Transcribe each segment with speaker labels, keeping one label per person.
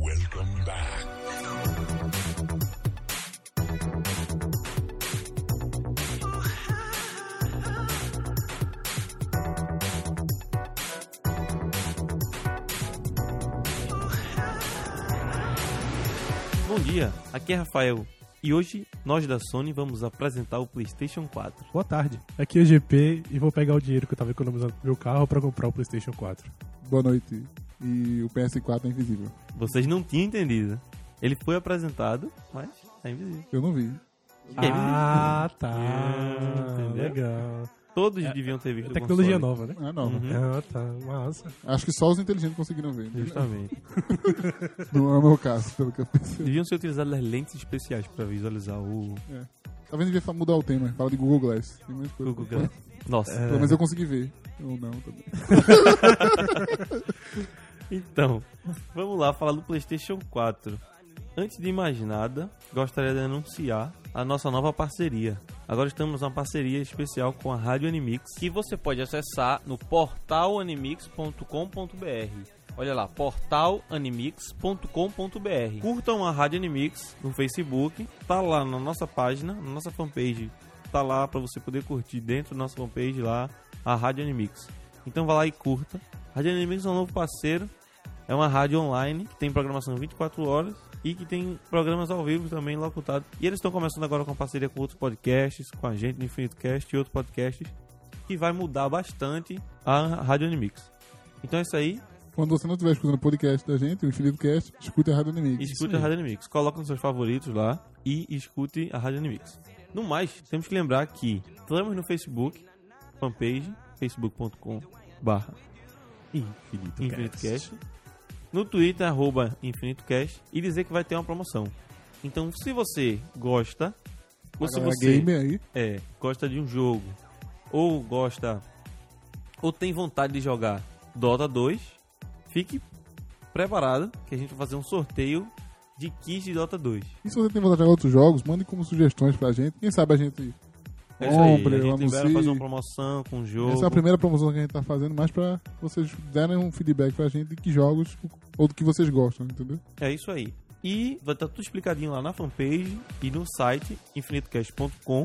Speaker 1: Welcome back.
Speaker 2: Bom dia, aqui é Rafael. E hoje nós da Sony vamos apresentar o PlayStation 4.
Speaker 3: Boa tarde. Aqui é o GP e vou pegar o dinheiro que eu tava economizando pro meu carro pra comprar o PlayStation 4.
Speaker 4: Boa noite. E o PS4 é invisível.
Speaker 2: Vocês não tinham entendido. Ele foi apresentado, mas é invisível.
Speaker 4: Eu não vi.
Speaker 3: Ah,
Speaker 2: É invisível.
Speaker 3: tá.
Speaker 2: Entendeu?
Speaker 3: Legal.
Speaker 2: Todos deviam ter visto. o
Speaker 3: é, Tecnologia
Speaker 2: console.
Speaker 3: nova, né?
Speaker 4: Ah, não.
Speaker 2: Uhum.
Speaker 3: Ah, tá. Massa.
Speaker 4: Acho que só os inteligentes conseguiram ver.
Speaker 2: Justamente.
Speaker 4: Não é o meu caso, pelo que eu pensei.
Speaker 2: deviam ser utilizadas lentes especiais pra visualizar o
Speaker 4: Talvez devia fa- mudar o tema. Fala de Google Glass. Tem mais coisa.
Speaker 2: Google Glass. Nossa.
Speaker 3: É.
Speaker 4: Pelo menos eu consegui ver. Ou não, tá também.
Speaker 2: Então, vamos lá falar do PlayStation 4. Antes de mais nada, gostaria de anunciar a nossa nova parceria. Agora estamos numa parceria especial com a Rádio Animix.
Speaker 5: que você pode acessar no portal animix.com.br. Olha lá, portalanimix.com.br.
Speaker 2: Curtam a Rádio Animix no Facebook, tá lá na nossa página, na nossa fanpage, tá lá para você poder curtir dentro da nossa fanpage lá a Rádio Animix. Então vá lá e curta. Rádio Animix é um novo parceiro, é uma rádio online que tem programação 24 horas e que tem programas ao vivo também locutados. E eles estão começando agora com parceria com outros podcasts, com a gente do Infinito Cast e outros podcasts que vai mudar bastante a Rádio Animix. Então é isso aí,
Speaker 4: Quando você não estiver escutando o podcast da gente, o Infinito Cast, escuta a Rádio Inimigo.
Speaker 2: Escute a Rádio Animix. Coloca nos seus favoritos lá e escute a Rádio Animix. No mais, temos que lembrar que estamos no Facebook, fanpage, facebook.com barra
Speaker 3: Infinito,
Speaker 2: InfinitoCast. No Twitter, arroba InfinitoCast. E dizer que vai ter uma promoção. Então, se você gosta, ou se
Speaker 4: Galera
Speaker 2: você
Speaker 4: gamer aí,
Speaker 2: é, gosta de um jogo, ou gosta, ou tem vontade de jogar Dota 2, fique preparado que a gente vai fazer um sorteio de kits de Dota 2.
Speaker 4: e se você tem vontade de jogar outros jogos, mande como sugestões pra gente. Quem sabe a gente...
Speaker 2: É isso aí,
Speaker 4: Compre,
Speaker 2: a gente libera
Speaker 4: anuncie.
Speaker 2: fazer um uma promoção com o jogo.
Speaker 4: Essa é a primeira promoção que a gente tá fazendo, mas pra vocês darem um feedback pra gente de que jogos ou do que vocês gostam, entendeu?
Speaker 2: É isso aí. E vai estar tudo explicadinho lá na fanpage e no site infinitocast.com.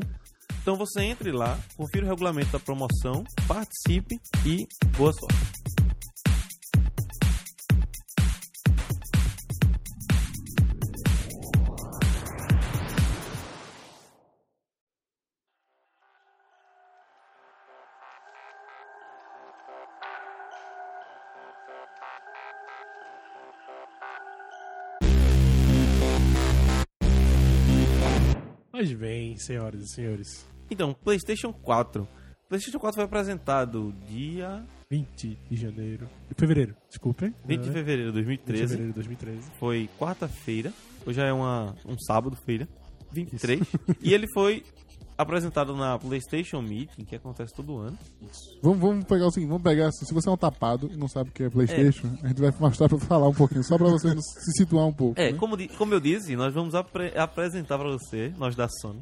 Speaker 2: Então você entre lá, confira o regulamento da promoção, participe e boa sorte.
Speaker 3: Mas bem, senhoras e senhores.
Speaker 2: Então, PlayStation 4. PlayStation 4 foi apresentado dia
Speaker 3: 20 de janeiro. De fevereiro, desculpem.
Speaker 2: 20 de
Speaker 3: Não, né?
Speaker 2: fevereiro de
Speaker 3: 20 de
Speaker 2: 2013.
Speaker 3: fevereiro de 2013.
Speaker 2: Foi quarta-feira. Hoje é uma, um sábado, feira. 23. e ele foi apresentado na PlayStation Meeting, que acontece todo ano.
Speaker 4: Vamos, vamos pegar o seguinte, vamos pegar, se você é um tapado e não sabe o que é Playstation, a gente vai mostrar pra falar um pouquinho, só pra você nos- se situar um pouco.
Speaker 2: É,
Speaker 4: né?
Speaker 2: como, di- como eu disse, nós vamos apre- apresentar pra você, nós da Sony.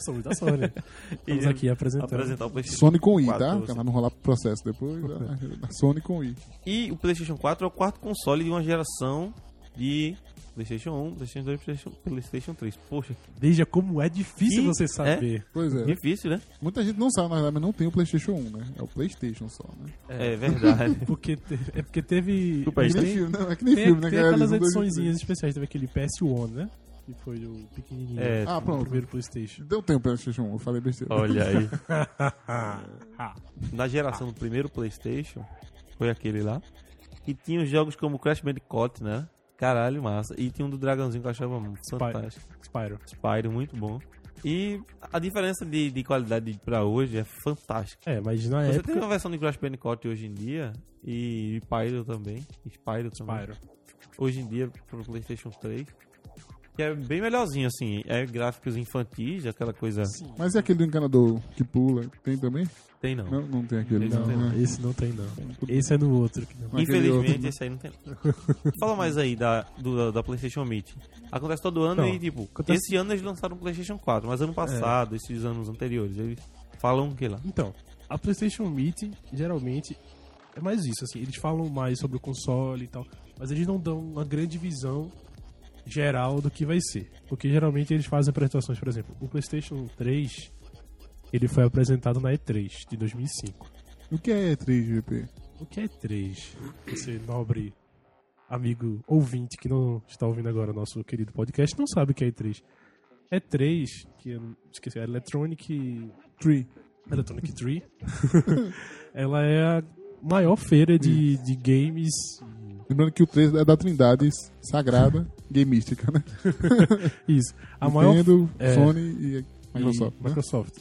Speaker 3: Somos da Sony. Estamos
Speaker 2: E
Speaker 3: aqui apresentando.
Speaker 2: apresentar o PlayStation
Speaker 4: Sony com I,
Speaker 2: 4,
Speaker 4: tá?
Speaker 2: você-
Speaker 4: Pra não rolar processo depois. tá? Sony com I.
Speaker 2: E o PlayStation 4 é o quarto console de uma geração de PlayStation 1, PlayStation 2, PlayStation, PlayStation 3. Poxa,
Speaker 3: Veja como é difícil
Speaker 2: E-
Speaker 3: você saber.
Speaker 4: Pois é.
Speaker 2: difícil, né?
Speaker 4: Muita gente não sabe, na verdade, mas não tem o Playstation 1, né? É o Playstation só, né?
Speaker 2: É, verdade.
Speaker 3: Porque te- é porque teve.
Speaker 2: Desculpa aí,
Speaker 4: É que
Speaker 2: Mas
Speaker 3: tem-
Speaker 4: nem filme, né? É que nem
Speaker 3: Tem,
Speaker 4: filme, né?
Speaker 3: tem
Speaker 4: cara? Eles
Speaker 3: aquelas
Speaker 4: não dão
Speaker 3: ediçõezinhas
Speaker 4: jeito.
Speaker 3: especiais, teve aquele PS1, né? Que foi o pequenininho.
Speaker 2: É,
Speaker 4: Ah,
Speaker 3: o
Speaker 4: pronto.
Speaker 3: primeiro Playstation.
Speaker 4: Deu tempo pro Playstation 1, eu falei besteira.
Speaker 2: olha aí.
Speaker 3: Ah,
Speaker 2: Na geração do primeiro PlayStation, foi aquele lá. E tinha os jogos como Crash Bandicoot, né? Caralho, massa. E tinha um do Dragãozinho que eu achava fantástico.
Speaker 3: Spyro.
Speaker 2: Spyro, muito bom. E a diferença de, de qualidade pra hoje é fantástica.
Speaker 3: É, mas na
Speaker 2: Você tem
Speaker 3: época.
Speaker 2: uma versão de Crash Bandicoot hoje em dia e Pyro também, Spyro também.
Speaker 3: Spyro.
Speaker 2: Hoje em dia pro PlayStation 3, que é bem melhorzinho assim, é gráficos infantis, aquela coisa.
Speaker 4: Mas e aquele do encanador que pula? Tem também?
Speaker 2: Tem não.
Speaker 4: Não, não tem aquele.
Speaker 2: Esse não
Speaker 4: Não,
Speaker 2: tem,
Speaker 4: né?
Speaker 3: Esse não tem, não. Esse é no outro. que não.
Speaker 4: Mas- aquele
Speaker 2: Infelizmente
Speaker 4: outro, né?
Speaker 2: esse aí não tem. Fala mais aí da do- da, da PlayStation Meet. Acontece todo ano
Speaker 3: Então,
Speaker 2: e tipo,
Speaker 3: acontece- É.
Speaker 2: esse ano eles lançaram o PlayStation 4, mas ano passado, esses anos anteriores, eles falam o que lá?
Speaker 3: Então, a PlayStation Meet, geralmente, é mais isso, assim, eles falam mais sobre o console e tal, mas eles não dão uma grande visão geral do que vai ser. Porque geralmente eles fazem apresentações, por exemplo, o PlayStation 3, ele foi apresentado na E3 de 2005.
Speaker 4: O que é E3GP?
Speaker 3: O que é E3? Esse nobre amigo ouvinte que não está ouvindo agora o nosso querido podcast não sabe o que é E3. E3, que eu esqueci, é Electronic
Speaker 4: Tree.
Speaker 3: Electronic Tree, ela é a maior feira de, de games.
Speaker 4: Lembrando que o 3 é da Trindade Sagrada Gamística, né?
Speaker 3: Isso. A maior
Speaker 4: Nintendo,
Speaker 3: é.
Speaker 4: Sony e Microsoft.
Speaker 3: e
Speaker 4: né?
Speaker 3: Microsoft.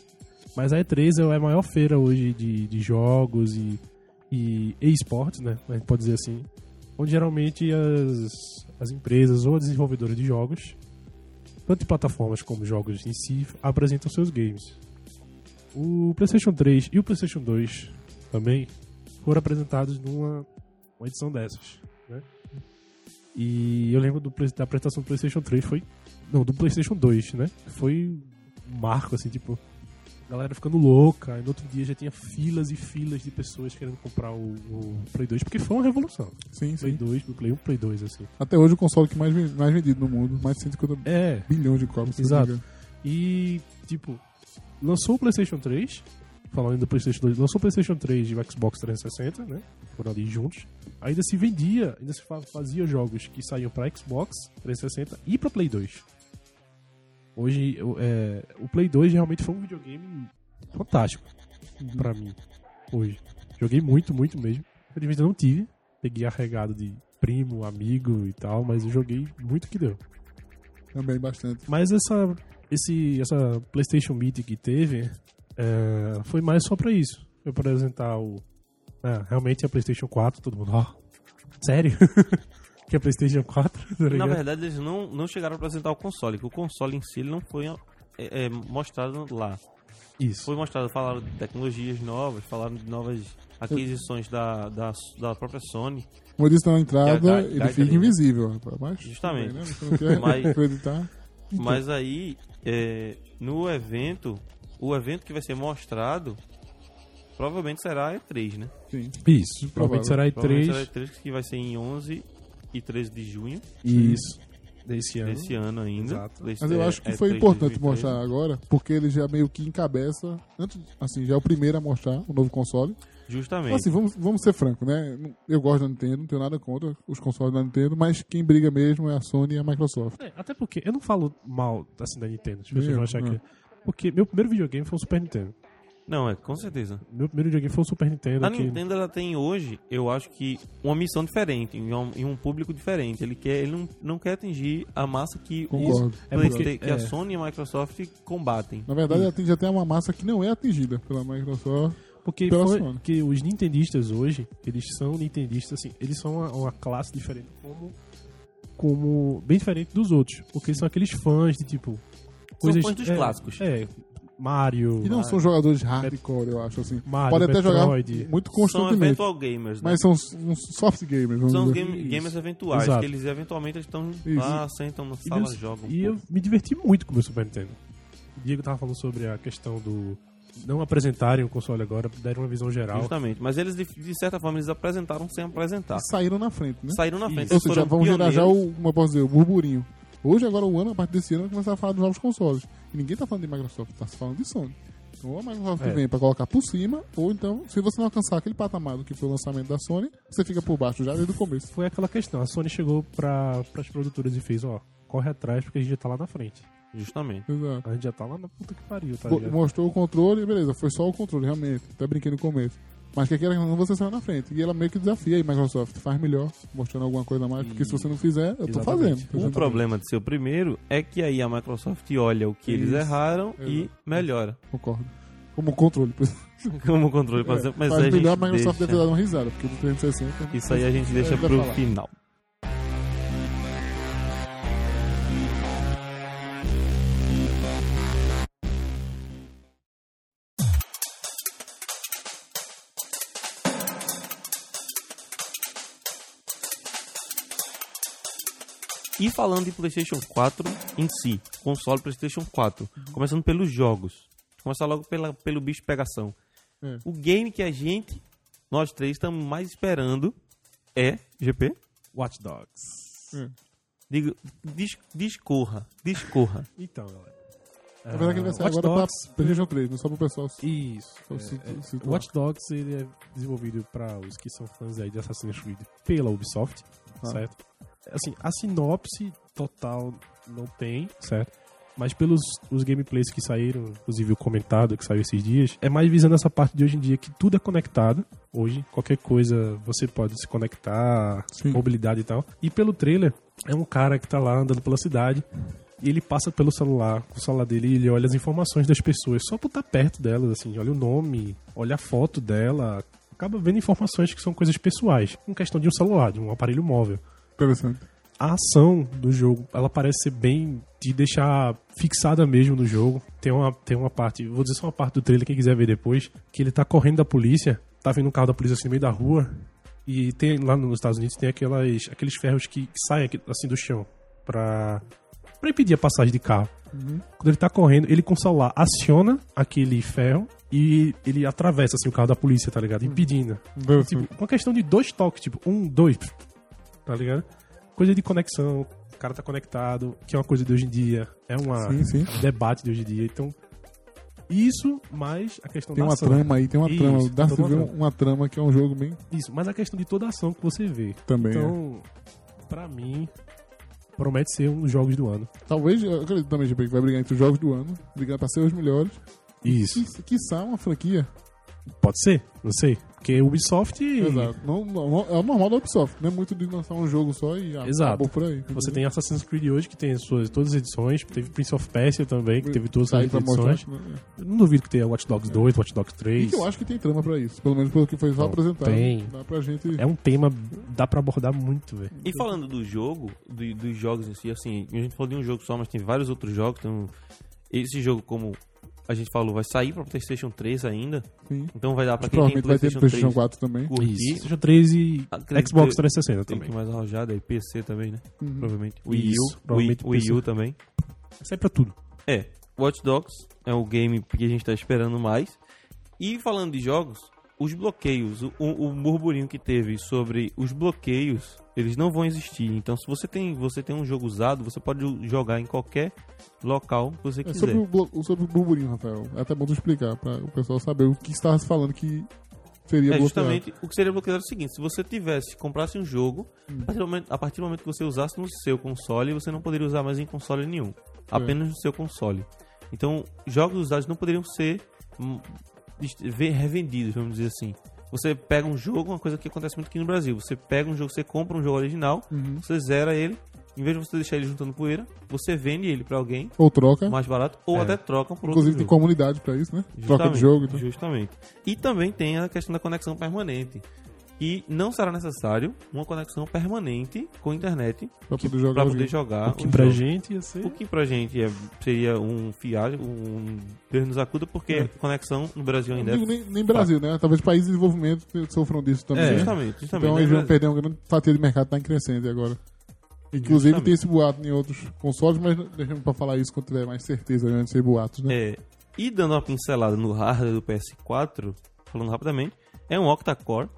Speaker 3: Mas a E3 é a maior feira hoje de, de jogos e, e esportes, né? A gente pode dizer assim. Onde geralmente as, as empresas ou desenvolvedoras de jogos, tanto de plataformas como jogos em si, apresentam seus games. O PlayStation 3 e o PlayStation 2 também foram apresentados numa uma edição dessas. Né? E eu lembro do, Play- da apresentação do PlayStation 3 foi. Não, do PlayStation 2, né? Foi um marco, assim, tipo. A galera ficando louca. E no outro dia já tinha filas e filas de pessoas querendo comprar o, o Play 2, porque foi uma revolução.
Speaker 4: Sim,
Speaker 3: Play
Speaker 4: sim.
Speaker 3: 2, do Play 1, Play 2, assim.
Speaker 4: Até hoje o console que mais, ven- mais vendido no mundo, mais de 150
Speaker 3: É,
Speaker 4: bilhões de cópias. se eu
Speaker 3: Exato.
Speaker 4: não me engano.
Speaker 3: E, tipo, lançou o PlayStation 3. Falando ainda do PlayStation 2, lançou o PlayStation 3 e o Xbox 360, né? Foram ali juntos. Ainda se vendia, ainda se fa- fazia jogos que saíam pra Xbox 360 e pra Play 2. Hoje, eu, é, o Play 2 realmente foi um videogame fantástico pra mim. Hoje. Joguei muito, muito mesmo. Infelizmente eu não tive. Peguei arregado de primo, amigo e tal, mas eu joguei muito que deu.
Speaker 4: Também bastante.
Speaker 3: Mas essa, esse, essa PlayStation Meet que teve é, foi mais só pra isso. Eu apresentar o. Ah, realmente a PlayStation 4, todo mundo, ó. Sério? que é a PlayStation 4? Tá
Speaker 2: Na
Speaker 3: ligado?
Speaker 2: verdade, eles não, não chegaram a apresentar o console, que o console em si ele não foi é, é, mostrado lá.
Speaker 3: Isso.
Speaker 2: Foi mostrado, falaram de tecnologias novas, falaram de novas aquisições da, da, da própria Sony.
Speaker 4: Como eu disse na entrada,
Speaker 2: É, dá-
Speaker 4: ele
Speaker 2: dá
Speaker 4: fica
Speaker 2: aquele-
Speaker 4: invisível, rapaz. Mas,
Speaker 2: Justamente.
Speaker 4: tudo bem, né? Você não quer
Speaker 2: Mas-
Speaker 4: acreditar?
Speaker 2: Mas aí, é, no evento, o evento que vai ser mostrado provavelmente será a E3, né?
Speaker 4: Sim.
Speaker 3: Isso.
Speaker 4: Provável.
Speaker 3: Provavelmente será
Speaker 2: Provavelmente
Speaker 3: E3.
Speaker 2: será a E3 que vai ser em 11 e 13 de junho
Speaker 3: Isso. Desse ano.
Speaker 2: desse ano ainda.
Speaker 3: Exato.
Speaker 2: Desse-
Speaker 4: Mas eu
Speaker 2: é,
Speaker 4: acho que
Speaker 2: E3
Speaker 4: foi importante
Speaker 2: 2013.
Speaker 4: mostrar agora, porque ele já meio que encabeça, antes, assim, já é o primeiro a mostrar o novo console.
Speaker 2: Justamente.
Speaker 4: Assim, vamos, vamos ser franco, né? Eu gosto da Nintendo, não tenho nada contra os consoles da Nintendo, mas quem briga mesmo é a Sony e a Microsoft.
Speaker 3: É, até porque eu não falo mal assim da Nintendo, se
Speaker 4: Nem
Speaker 3: vocês
Speaker 4: eu,
Speaker 3: vão achar
Speaker 4: não.
Speaker 3: que. é. Porque meu primeiro videogame foi um Super Nintendo.
Speaker 2: Não, é, com certeza.
Speaker 3: Meu primeiro videogame foi um Super Nintendo.
Speaker 2: A
Speaker 3: que-
Speaker 2: Nintendo ela tem hoje, eu acho que uma missão diferente e um, e um público diferente. Ele quer, ele não, não quer atingir a massa que
Speaker 4: Concordo.
Speaker 2: os
Speaker 3: É
Speaker 2: Playsta-
Speaker 3: porque-
Speaker 2: que a
Speaker 3: é.
Speaker 2: Sony e a Microsoft combatem.
Speaker 4: Na verdade, ela tem, já tem uma massa que não é atingida pela Microsoft.
Speaker 3: Porque
Speaker 4: Pela
Speaker 3: foi-
Speaker 4: Sony.
Speaker 3: que os nintendistas hoje, eles são nintendistas, assim, eles são uma, uma classe diferente, como, como bem diferente dos outros. Porque são aqueles fãs de tipo.
Speaker 2: fãs dos
Speaker 3: é,
Speaker 2: clássicos.
Speaker 3: É, Mario.
Speaker 4: E não são jogadores hardcore, eu acho, assim.
Speaker 3: Mario,
Speaker 4: Pode até
Speaker 3: Metroid.
Speaker 4: jogar muito
Speaker 2: São
Speaker 4: constantemente,
Speaker 2: eventual gamers, né?
Speaker 4: mas são s- uns soft gamers, vamos
Speaker 2: São os
Speaker 4: dizer.
Speaker 2: game- gamers eventuais,
Speaker 3: Exato.
Speaker 2: que eles eventualmente estão
Speaker 4: Isso.
Speaker 2: lá, sentam na
Speaker 3: E
Speaker 2: sala,
Speaker 3: Deus-
Speaker 2: jogam.
Speaker 4: um
Speaker 2: um
Speaker 3: E eu me diverti muito com o meu Super Nintendo. O Diego tava falando sobre a questão do. Não apresentarem o console agora, deram uma visão geral.
Speaker 2: Justamente. Mas eles, de, de certa forma, eles apresentaram sem apresentar.
Speaker 4: E saíram na frente, né?
Speaker 2: Saíram na frente.
Speaker 4: Ou
Speaker 2: eles
Speaker 4: seja,
Speaker 2: foram
Speaker 4: vamos gerar já
Speaker 2: pioneiros.
Speaker 4: o, como eu posso dizer, o burburinho. Hoje, agora, o ano, a partir desse ano, vai começar a falar dos novos consoles. E ninguém tá falando de Microsoft, tá se falando de Sony. Então, ou a Microsoft
Speaker 3: É.
Speaker 4: vem pra colocar por cima, ou então, se você não alcançar aquele patamar do que foi o lançamento da Sony, você fica por baixo já desde o começo.
Speaker 3: Foi aquela questão, a Sony chegou para as produtoras e fez, ó, corre atrás porque a gente já tá lá na frente.
Speaker 2: Justamente.
Speaker 4: Exato.
Speaker 3: A gente já tá lá na puta que pariu, tá
Speaker 4: Bo-
Speaker 3: ligado?
Speaker 4: Mostrou o controle, beleza, foi só o controle, realmente. Até brinquei no começo. Mas que aquela não você saiu na frente. E ela meio que desafia aí, Microsoft, faz melhor, mostrando alguma coisa a mais, porque se você não fizer, eu tô
Speaker 3: Exatamente.
Speaker 4: fazendo.
Speaker 2: O Um problema de ser o primeiro é que aí a Microsoft olha o que eles
Speaker 4: Isso.
Speaker 2: erraram e
Speaker 4: Exato.
Speaker 2: melhora.
Speaker 4: Concordo. Como um controle, por exemplo.
Speaker 2: Como controle, por
Speaker 4: É,
Speaker 2: exemplo, mas
Speaker 4: faz
Speaker 2: aí a
Speaker 4: melhor,
Speaker 2: gente
Speaker 4: mas o Microsoft deve
Speaker 2: deixa...
Speaker 4: ter dado uma risada, porque do 360.
Speaker 2: Isso aí é a gente deixa
Speaker 4: vai
Speaker 2: pro
Speaker 4: falar.
Speaker 2: final. E falando de PlayStation 4 em si, console PlayStation 4,
Speaker 4: Uhum.
Speaker 2: começando pelos jogos. Começar logo pela, pelo bicho pegação.
Speaker 4: É.
Speaker 2: O game que a gente nós três estamos mais esperando é GP.
Speaker 3: Watch Dogs.
Speaker 2: Digo, dis- discorra, discorra.
Speaker 3: Então, galera.
Speaker 4: Na verdade, Tá ele vai sair agora pra PlayStation 3, não só pro pessoal.
Speaker 3: Isso.
Speaker 4: Só se-
Speaker 3: é,
Speaker 4: se-
Speaker 3: é, Watch Dogs ele é desenvolvido para os que são fãs aí de Assassin's Creed pela Ubisoft,
Speaker 4: Ah.
Speaker 3: certo? Assim, a sinopse total não tem, certo? Mas pelos os gameplays que saíram, inclusive o comentado que saiu esses dias, é mais visando essa parte de hoje em dia que tudo é conectado. Hoje, qualquer coisa você pode se conectar,
Speaker 4: Sim.
Speaker 3: mobilidade e tal. E pelo trailer, é um cara que tá lá andando pela cidade e ele passa pelo celular, com o celular dele, e ele olha as informações das pessoas, só por estar perto delas, assim, olha o nome, olha a foto dela, acaba vendo informações que são coisas pessoais, em questão de um celular, de um aparelho móvel.
Speaker 4: Interessante.
Speaker 3: A ação do jogo, ela parece ser bem de deixar fixada mesmo no jogo. Tem uma, tem uma parte, vou dizer só uma parte do trailer, quem quiser ver depois, que ele tá correndo da polícia, tá vindo um carro da polícia assim no meio da rua, e tem lá nos Estados Unidos tem aquelas, aqueles ferros que, que saem aqui, assim do chão pra, pra impedir a passagem de carro. Quando ele tá correndo, ele com o celular aciona aquele ferro e ele atravessa assim, o carro da polícia, tá ligado? Impedindo.
Speaker 4: Interessante.
Speaker 3: Tipo, uma questão de dois toques, tipo, um, dois, tá ligado? Coisa de conexão, o cara tá conectado, que é uma coisa de hoje em dia, é uma,
Speaker 4: Sim, sim.
Speaker 3: um debate de hoje em dia, então. Isso, mais a questão
Speaker 4: Tem
Speaker 3: da
Speaker 4: uma
Speaker 3: ação.
Speaker 4: trama aí, tem
Speaker 2: né?
Speaker 4: uma
Speaker 3: Isso,
Speaker 4: trama. Dá se
Speaker 3: toda
Speaker 4: ver
Speaker 3: uma trama.
Speaker 4: uma trama que é um jogo bem
Speaker 3: Isso, mas a questão de toda a ação que você vê.
Speaker 4: também. é.
Speaker 3: Então, pra mim, promete ser um dos jogos do ano.
Speaker 4: Talvez, eu acredito também, GP, que vai brigar entre os jogos do ano, brigar pra ser os melhores.
Speaker 3: Isso.
Speaker 4: Que, quiçá uma franquia.
Speaker 3: Pode ser, não sei. Porque Ubisoft.
Speaker 4: Exato. Não, não- é o normal da Ubisoft, não é muito de lançar um jogo só e ah,
Speaker 3: Exato.
Speaker 4: acabou por aí.
Speaker 3: Você tem Assassin's Creed hoje, que tem as suas, todas as edições. Teve Prince of Persia também, que teve todas as
Speaker 4: Sair pra mostrar. né?
Speaker 3: edições. Eu Não duvido que tenha Watch Dogs 2, Watch Dogs
Speaker 4: E
Speaker 3: 3.
Speaker 4: que eu acho que tem trama pra isso, pelo menos pelo que foi só
Speaker 3: Não,
Speaker 4: apresentado.
Speaker 3: tem.
Speaker 4: Dá pra gente.
Speaker 3: É um tema, dá pra abordar muito, velho.
Speaker 2: E falando do jogo, do- dos jogos em si, assim, a gente falou de um jogo só, mas tem vários outros jogos. Tem um- esse jogo, como a gente falou, vai sair pra PlayStation 3 ainda.
Speaker 4: Sim.
Speaker 2: Então vai dar pra
Speaker 4: Mas
Speaker 2: quem tem
Speaker 4: provavelmente vai
Speaker 2: PlayStation,
Speaker 4: ter pro
Speaker 2: 3
Speaker 4: PlayStation 4 também.
Speaker 2: curtir.
Speaker 3: Seja 3 e
Speaker 2: Acredito
Speaker 3: Xbox
Speaker 2: que-
Speaker 3: 360
Speaker 2: Tem
Speaker 3: também.
Speaker 2: que mais arrojado aí, PC também, né?
Speaker 4: Uhum.
Speaker 2: Provavelmente. Wii U,
Speaker 3: Isso, provavelmente
Speaker 2: Wii, Wii
Speaker 3: PC.
Speaker 2: U também.
Speaker 3: Sai pra tudo.
Speaker 2: É, Watch Dogs é o game que a gente tá esperando mais. E falando de jogos, os bloqueios, o, o burburinho que teve sobre os bloqueios, eles não vão existir. Então, se você tem, você tem um jogo usado, você pode jogar em qualquer local que você
Speaker 4: É sobre,
Speaker 2: quiser.
Speaker 4: o blo- sobre o burburinho, Rafael. É até bom tu explicar pra o pessoal saber o que estava se falando que seria
Speaker 2: É,
Speaker 4: bloqueado.
Speaker 2: justamente o que seria bloqueado era o seguinte: se você tivesse, comprasse um jogo,
Speaker 4: Hum.
Speaker 2: a partir do momento, a partir do momento que você usasse no seu console, você não poderia usar mais em console
Speaker 4: É.
Speaker 2: nenhum, apenas no seu console. Então, jogos usados não poderiam ser hum, dist- ve- revendidos, vamos dizer assim. Você pega um jogo, uma coisa que acontece muito aqui no Brasil: você pega um jogo, você compra um jogo original,
Speaker 4: Uhum.
Speaker 2: você zera ele, em vez de você deixar ele juntando poeira, você vende ele pra alguém
Speaker 4: Ou troca.
Speaker 2: mais barato ou até troca por outro
Speaker 4: Uhum. É. Inclusive
Speaker 2: jogo.
Speaker 4: tem comunidade pra isso, né? Troca de jogo. Então.
Speaker 2: Justamente. E também tem a questão da conexão permanente. E não será necessário uma conexão permanente com a internet
Speaker 4: Pra poder jogar
Speaker 2: para
Speaker 4: o
Speaker 2: poder
Speaker 4: jogo.
Speaker 2: jogar.
Speaker 3: o que
Speaker 2: os
Speaker 3: pra
Speaker 2: jogos.
Speaker 3: gente ia ser.
Speaker 2: Ah, O que pra gente é- seria um fiasco, um Deus nos acuda, porque a conexão no Brasil ainda
Speaker 4: Não
Speaker 2: é.
Speaker 4: É. digo nem, nem Brasil, né? Talvez países em desenvolvimento sofram disso também.
Speaker 2: É,
Speaker 4: né?
Speaker 2: justamente, justamente.
Speaker 4: Então
Speaker 2: né,
Speaker 4: eles vão
Speaker 2: Brasil?
Speaker 4: perder uma grande fatia de mercado que tá em crescente agora. Inclusive
Speaker 2: Justamente.
Speaker 4: tem esse boato em outros consoles, mas deixamos pra falar isso quando tiver mais certeza né, de ser boatos, né?
Speaker 2: É, e dando uma pincelada no hardware do PS4, falando rapidamente, é um octa-core,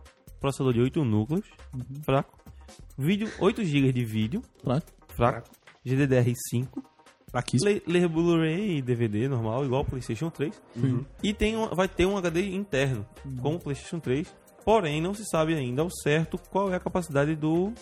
Speaker 2: processador de 8 núcleos,
Speaker 4: Uhum.
Speaker 2: fraco, vídeo, 8 GB de vídeo,
Speaker 3: É.
Speaker 4: Pra-
Speaker 2: fraco, GDDR5,
Speaker 3: Aqui
Speaker 2: Le- ler Blu-ray e DVD normal, igual o PlayStation 3.
Speaker 3: Uhum.
Speaker 2: E tem um- vai ter um HD interno, como o PlayStation 3. Porém, não se sabe ainda ao certo qual é a capacidade do.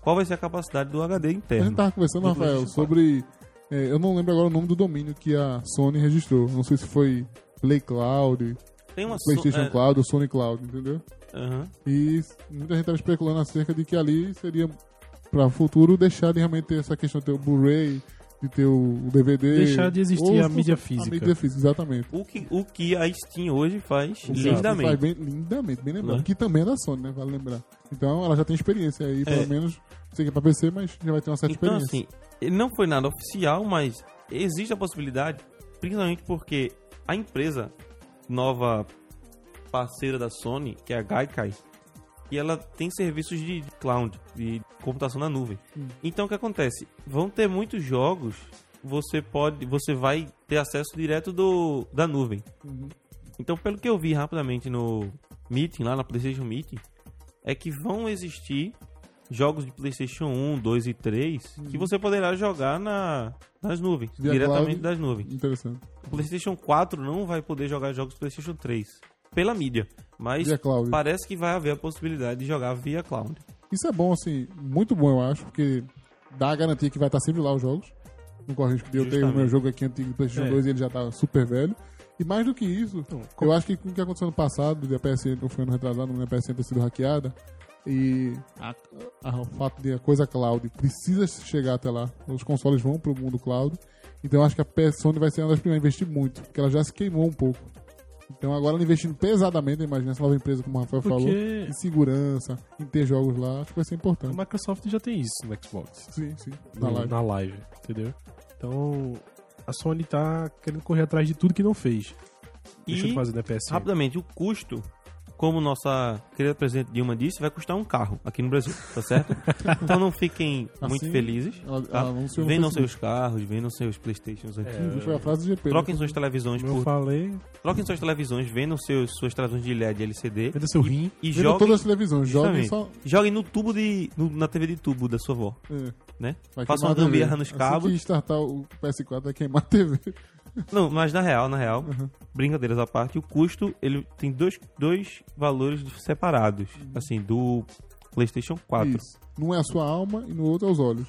Speaker 2: Qual vai ser a capacidade do HD
Speaker 4: A gente
Speaker 2: interno.
Speaker 4: tava
Speaker 3: Uhum.
Speaker 4: conversando,
Speaker 2: Do
Speaker 4: Rafael,
Speaker 2: PlayStation
Speaker 4: sobre. é, eu não lembro agora o nome do domínio que a Sony registrou. Não sei se foi Play Cloud,
Speaker 2: Tem uma so-
Speaker 4: PlayStation
Speaker 2: é,
Speaker 4: Cloud ou Sony Cloud, entendeu?
Speaker 2: aham.
Speaker 4: E muita gente tava especulando acerca de que ali seria para o futuro deixar de realmente ter essa questão de ter o Blu-ray, de ter o DVD.
Speaker 3: Deixar de existir
Speaker 4: Ou
Speaker 3: a mídia
Speaker 4: A
Speaker 3: física.
Speaker 4: mídia física, exatamente.
Speaker 2: O, que, o que a Steam hoje faz
Speaker 4: Exato. Faz
Speaker 2: lindamente.
Speaker 4: bem, lindamente, bem lembrado.
Speaker 2: Né?
Speaker 4: Que também é da Sony, né? Vale lembrar. Então ela já tem experiência aí,
Speaker 2: É.
Speaker 4: pelo menos. Sei que é pra PC, mas já vai ter uma certa
Speaker 2: Então,
Speaker 4: experiência.
Speaker 2: assim, ele não foi nada oficial, mas existe a possibilidade, principalmente porque a empresa nova parceira da Sony, que é a Gaikai, e ela tem serviços de cloud, de computação na nuvem.
Speaker 4: Hum.
Speaker 2: Então, o que acontece? Vão ter muitos jogos, você pode, você vai
Speaker 4: Uhum.
Speaker 2: ter acesso direto do da nuvem. Então, pelo que eu vi rapidamente no Meeting, lá na PlayStation Meeting, é que vão existir jogos de PlayStation 1, 2 e 3 que você poderá jogar na, nas nuvens,
Speaker 4: Uhum. Via
Speaker 2: diretamente
Speaker 4: cloud. Uhum.
Speaker 2: das nuvens.
Speaker 4: Interessante.
Speaker 2: O PlayStation 4 não vai poder jogar jogos do PlayStation 3 pela mídia, mas
Speaker 4: Via é cloud.
Speaker 2: parece que vai haver a possibilidade de jogar via cloud.
Speaker 4: Isso é bom, assim, muito bom, eu acho, porque dá a garantia que vai estar sempre lá os jogos. Não corre risco de eu ter o
Speaker 2: Justamente.
Speaker 4: meu jogo aqui antigo do PlayStation
Speaker 3: É. Então,
Speaker 4: 2 e ele já tá super velho. E mais do que isso, eu acho que com o que aconteceu no passado, de a PSN, ou foi ano retrasado, né, a PSN ter sido hackeada, e
Speaker 3: Ah.
Speaker 4: a- a- o fato de a coisa cloud precisa chegar até lá, os consoles vão pro mundo cloud, então eu acho que a PS Sony vai ser uma das primeiras a investir muito, porque ela já se queimou um pouco. Então agora ela investindo pesadamente, imagina essa nova empresa, como o Rafael falou,
Speaker 3: Porque
Speaker 4: em segurança, em ter jogos lá, acho que vai ser
Speaker 3: a
Speaker 4: importante.
Speaker 3: Microsoft já tem isso no Xbox.
Speaker 4: Sim, sim. Na
Speaker 3: no-
Speaker 2: Hum,
Speaker 4: live.
Speaker 3: na live, entendeu? Então, a Sony tá querendo correr atrás de tudo que não fez. Deixa
Speaker 2: E-
Speaker 3: eu fazer né, na PS.
Speaker 4: assim.
Speaker 2: Rapidamente, o custo, como nossa querida presidente Dilma disse, vai custar um carro aqui no Brasil, tá certo? então não fiquem
Speaker 4: Assim,
Speaker 2: muito felizes.
Speaker 4: ela-
Speaker 2: Tá?
Speaker 4: ela anunciou no
Speaker 2: Vendam
Speaker 4: Facebook.
Speaker 2: seus carros, vendam seus Playstations antigos.
Speaker 4: Foi a frase do GP. né?
Speaker 2: Troquem suas televisões
Speaker 3: Como eu
Speaker 2: por.
Speaker 3: falei,
Speaker 2: Troquem suas televisões, vendam seus, suas televisões de LED e LCD
Speaker 3: venda é seu rim.
Speaker 2: e
Speaker 4: Vendo
Speaker 2: joguem,
Speaker 4: todas as televisões, joguem
Speaker 2: Justamente.
Speaker 4: só.
Speaker 2: joguem no tubo de. no- na TV de tubo da sua avó,
Speaker 4: É,
Speaker 2: né?
Speaker 4: vai
Speaker 2: Façam
Speaker 4: queimar
Speaker 2: uma
Speaker 4: a TV.
Speaker 2: gambiarra nos
Speaker 4: Assim
Speaker 2: cabos.
Speaker 4: que startar o PS4 vai queimar a TV.
Speaker 2: Não, mas na real, na real, brincadeiras à parte, o custo ele tem dois, dois valores separados, assim, do PlayStation 4.
Speaker 4: Isso. Num é a sua alma e no outro é os olhos.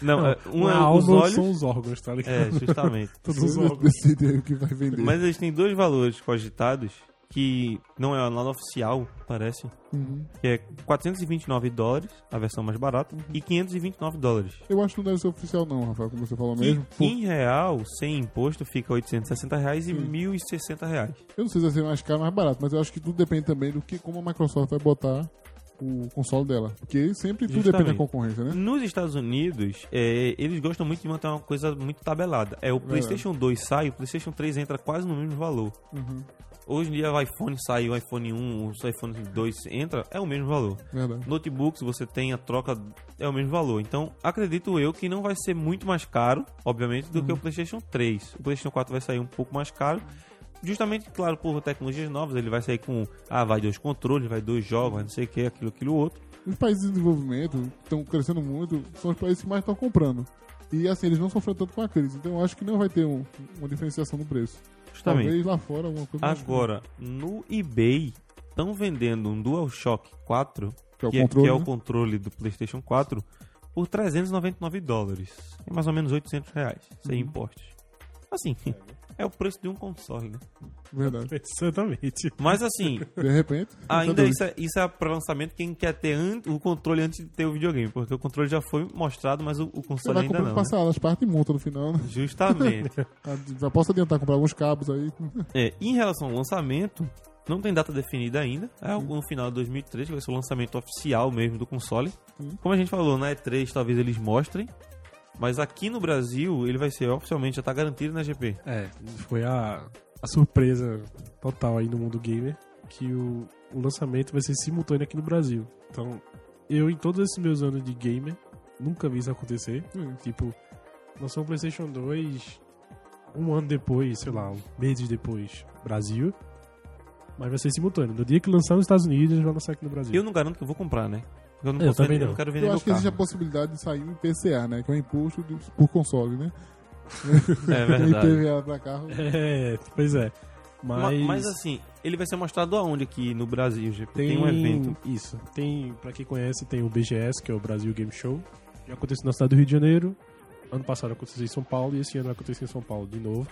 Speaker 2: Não, é, um
Speaker 3: uma
Speaker 2: é os
Speaker 3: alma
Speaker 2: olhos.
Speaker 3: são os órgãos, tá ligado?
Speaker 2: É, justamente.
Speaker 3: Todos os
Speaker 4: Você
Speaker 3: órgãos.
Speaker 4: decide aí o que vai vender.
Speaker 2: mas eles têm dois valores cogitados que não é nada oficial, parece,
Speaker 4: Uhum.
Speaker 2: que é 429 dólares, a versão mais barata, e 529 dólares.
Speaker 4: Eu acho que não deve ser oficial, não, Rafael, como você falou
Speaker 2: Que
Speaker 4: mesmo. Pô,
Speaker 2: em real, sem imposto, fica 860 reais e 1.060 reais.
Speaker 4: Eu não sei se vai ser mais caro ou mais barato, mas eu acho que tudo depende também do que como a Microsoft vai botar o console dela. Porque sempre tudo depende
Speaker 2: Justamente.
Speaker 4: da concorrência, né?
Speaker 2: Nos Estados Unidos, é, eles gostam muito de manter uma coisa muito tabelada. É o PlayStation 2 sai, o PlayStation 3 entra quase no mesmo valor.
Speaker 4: Uhum.
Speaker 2: Hoje em dia, o iPhone sai, o iPhone 1, o iPhone 2 entra, é o mesmo valor.
Speaker 4: Verdade.
Speaker 2: Notebooks, você tem a troca, é o mesmo valor. Então, acredito eu que não vai ser muito mais caro, obviamente, do que o PlayStation 3. O PlayStation 4 vai sair um pouco mais caro. Justamente, claro, por tecnologias novas, ele vai sair com, ah, vai dois controles, vai dois jogos, vai não sei o que, aquilo, aquilo, outro.
Speaker 4: Os países em desenvolvimento estão crescendo muito, são os países que mais estão comprando. E assim, eles não sofrem tanto com a crise, então eu acho que não vai ter um- uma diferenciação no preço.
Speaker 2: Justamente.
Speaker 4: Talvez lá fora alguma coisa mais
Speaker 2: Agora, no eBay, estão vendendo um DualShock 4,
Speaker 4: Que é o
Speaker 2: que, é,
Speaker 4: controle,
Speaker 2: que é o
Speaker 4: né?
Speaker 2: controle do PlayStation 4, por 399 dólares. É mais ou menos 800 reais, sem
Speaker 4: Uhum.
Speaker 2: impostos. Assim, é o preço de um console, né?
Speaker 4: verdade.
Speaker 3: Exatamente.
Speaker 2: Mas assim,
Speaker 4: De repente,
Speaker 2: ainda
Speaker 4: computadores.
Speaker 2: isso é, isso é para lançamento quem quer ter an- o controle antes de ter o videogame, porque o controle já foi mostrado, mas o, o
Speaker 4: você
Speaker 2: console
Speaker 4: vai
Speaker 2: ainda
Speaker 4: comprando
Speaker 2: não. né?
Speaker 4: passado, as partes e monta no final, né?
Speaker 2: Justamente.
Speaker 4: Já posso adiantar, comprar alguns cabos aí.
Speaker 2: É, em relação ao lançamento, não tem data definida ainda. É algo no final de 2003 que vai ser o lançamento oficial mesmo do console.
Speaker 4: Hum.
Speaker 2: Como a gente falou, na E3 talvez eles mostrem. Mas aqui no Brasil, ele vai ser oficialmente, já tá garantido na GP.
Speaker 3: É, foi a, a surpresa total aí no mundo gamer que o, o lançamento vai ser simultâneo aqui no Brasil. Então, eu em todos esses meus anos de gamer, nunca vi isso acontecer.
Speaker 2: Hum.
Speaker 3: Tipo, lançou o PlayStation 2 um ano depois, sei lá, um meses depois, Brasil. Mas vai ser simultâneo. No dia que lançar nos Estados Unidos, eles vão lançar aqui no Brasil.
Speaker 2: Eu não garanto que eu vou comprar, né? Porque Eu não,
Speaker 3: Eu
Speaker 2: posso
Speaker 3: também
Speaker 2: vender-
Speaker 3: não.
Speaker 2: quero vender
Speaker 4: Eu
Speaker 2: meu
Speaker 4: acho que existe a
Speaker 2: carro.
Speaker 4: possibilidade de sair o IPCA, né? Que é o imposto do- por console, né?
Speaker 2: É
Speaker 4: Tem o
Speaker 2: verdade.
Speaker 4: IPVA pra carro.
Speaker 3: É, pois é.
Speaker 2: Ma-
Speaker 3: Mas,
Speaker 2: mas... assim, ele vai ser mostrado aonde aqui no Brasil, GP?
Speaker 3: tem,
Speaker 2: Tem, um evento.
Speaker 3: Isso. Tem, pra quem conhece, tem o BGS, que é o Brasil Game Show. Já aconteceu na cidade do Rio de Janeiro. Ano passado aconteceu em São Paulo e esse ano vai acontecer em São Paulo de novo.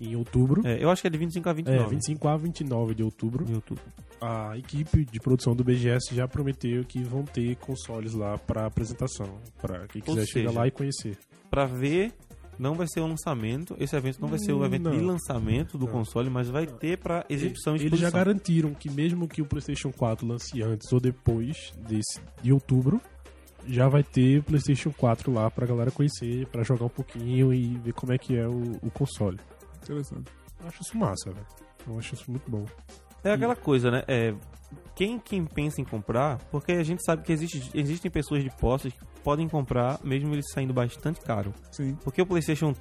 Speaker 3: Em outubro.
Speaker 2: É, eu acho que é de 25 a
Speaker 3: um É,
Speaker 2: 29.
Speaker 3: 25 a 29 de outubro.
Speaker 2: em outubro.
Speaker 3: A equipe de produção do BGS já prometeu que vão ter consoles lá pra apresentação. Pra quem
Speaker 2: Ou
Speaker 3: quiser chegar
Speaker 2: seja,
Speaker 3: lá e conhecer.
Speaker 2: Pra ver. Não vai ser um lançamento, esse evento não vai ser o
Speaker 3: Hum,
Speaker 2: evento de
Speaker 3: não.
Speaker 2: lançamento do
Speaker 3: Não.
Speaker 2: console, mas vai ter pra exibição e
Speaker 3: Eles já
Speaker 2: exposição.
Speaker 3: garantiram que mesmo que o PlayStation 4 lance antes ou depois desse de outubro, já vai ter PlayStation 4 lá pra galera conhecer, pra jogar um pouquinho e ver como é que é o, o console.
Speaker 4: Interessante.
Speaker 3: Eu acho isso massa, velho. Eu acho isso muito bom.
Speaker 2: É aquela coisa, né? É, quem, quem pensa em comprar, porque a gente sabe que existe, existem pessoas de posses que podem comprar, mesmo ele saindo bastante caro.
Speaker 4: Sim.
Speaker 2: Porque o PlayStation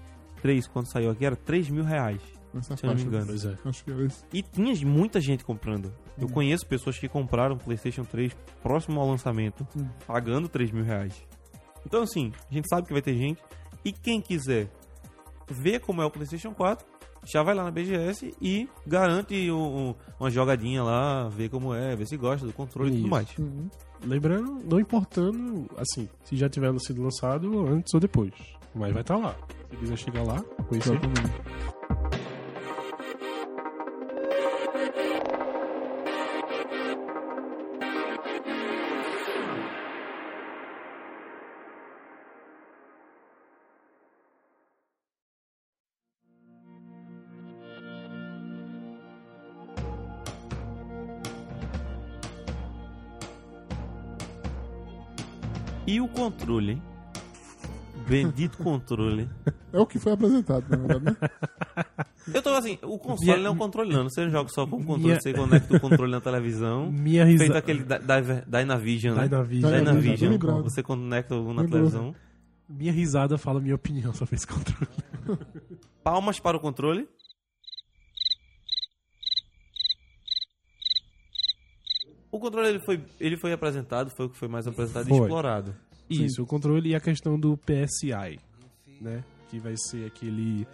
Speaker 2: 3, quando saiu aqui, era 3 mil reais.
Speaker 4: nessa
Speaker 2: Se eu não me
Speaker 4: faixa.
Speaker 2: engano.
Speaker 3: Pois é.
Speaker 4: Acho que era isso.
Speaker 2: E tinha muita gente comprando. Eu conheço pessoas que compraram o PlayStation 3 próximo ao lançamento,
Speaker 4: Hum.
Speaker 2: pagando 3 mil reais. Então, assim, a gente sabe que vai ter gente. E quem quiser ver como é o PlayStation 4, já vai lá na BGS e garante um- um- uma jogadinha lá, ver como é, ver se gosta do controle e tudo
Speaker 3: Isso.
Speaker 2: mais.
Speaker 4: Uhum.
Speaker 3: Lembrando, não importando, assim, se já tiver sido lançado antes ou depois. Mas vai estar lá. Se quiser chegar lá, conhecer.
Speaker 4: Exatamente.
Speaker 2: E o controle, hein? Bendito controle.
Speaker 4: É o que foi apresentado, na verdade, né?
Speaker 2: Eu tô assim, o console
Speaker 3: Minha-
Speaker 2: não é um controle, não. Você não joga só com o controle,
Speaker 3: Minha-
Speaker 2: você conecta o controle na televisão.
Speaker 3: Minha
Speaker 2: Feito
Speaker 3: risada.
Speaker 2: aquele Di- Diver- Dynavision, né?
Speaker 3: Dynavision. é tá
Speaker 2: Dynavision.
Speaker 4: Lembrado.
Speaker 2: Você conecta o na
Speaker 4: Lembrou.
Speaker 2: televisão.
Speaker 3: Minha risada fala minha opinião sobre esse controle.
Speaker 2: Palmas para o controle. O controle ele foi, ele foi apresentado, foi o que foi mais apresentado e
Speaker 3: Foi.
Speaker 2: explorado.
Speaker 3: Isso, o controle e a questão do PSI, né? Que vai ser aquele.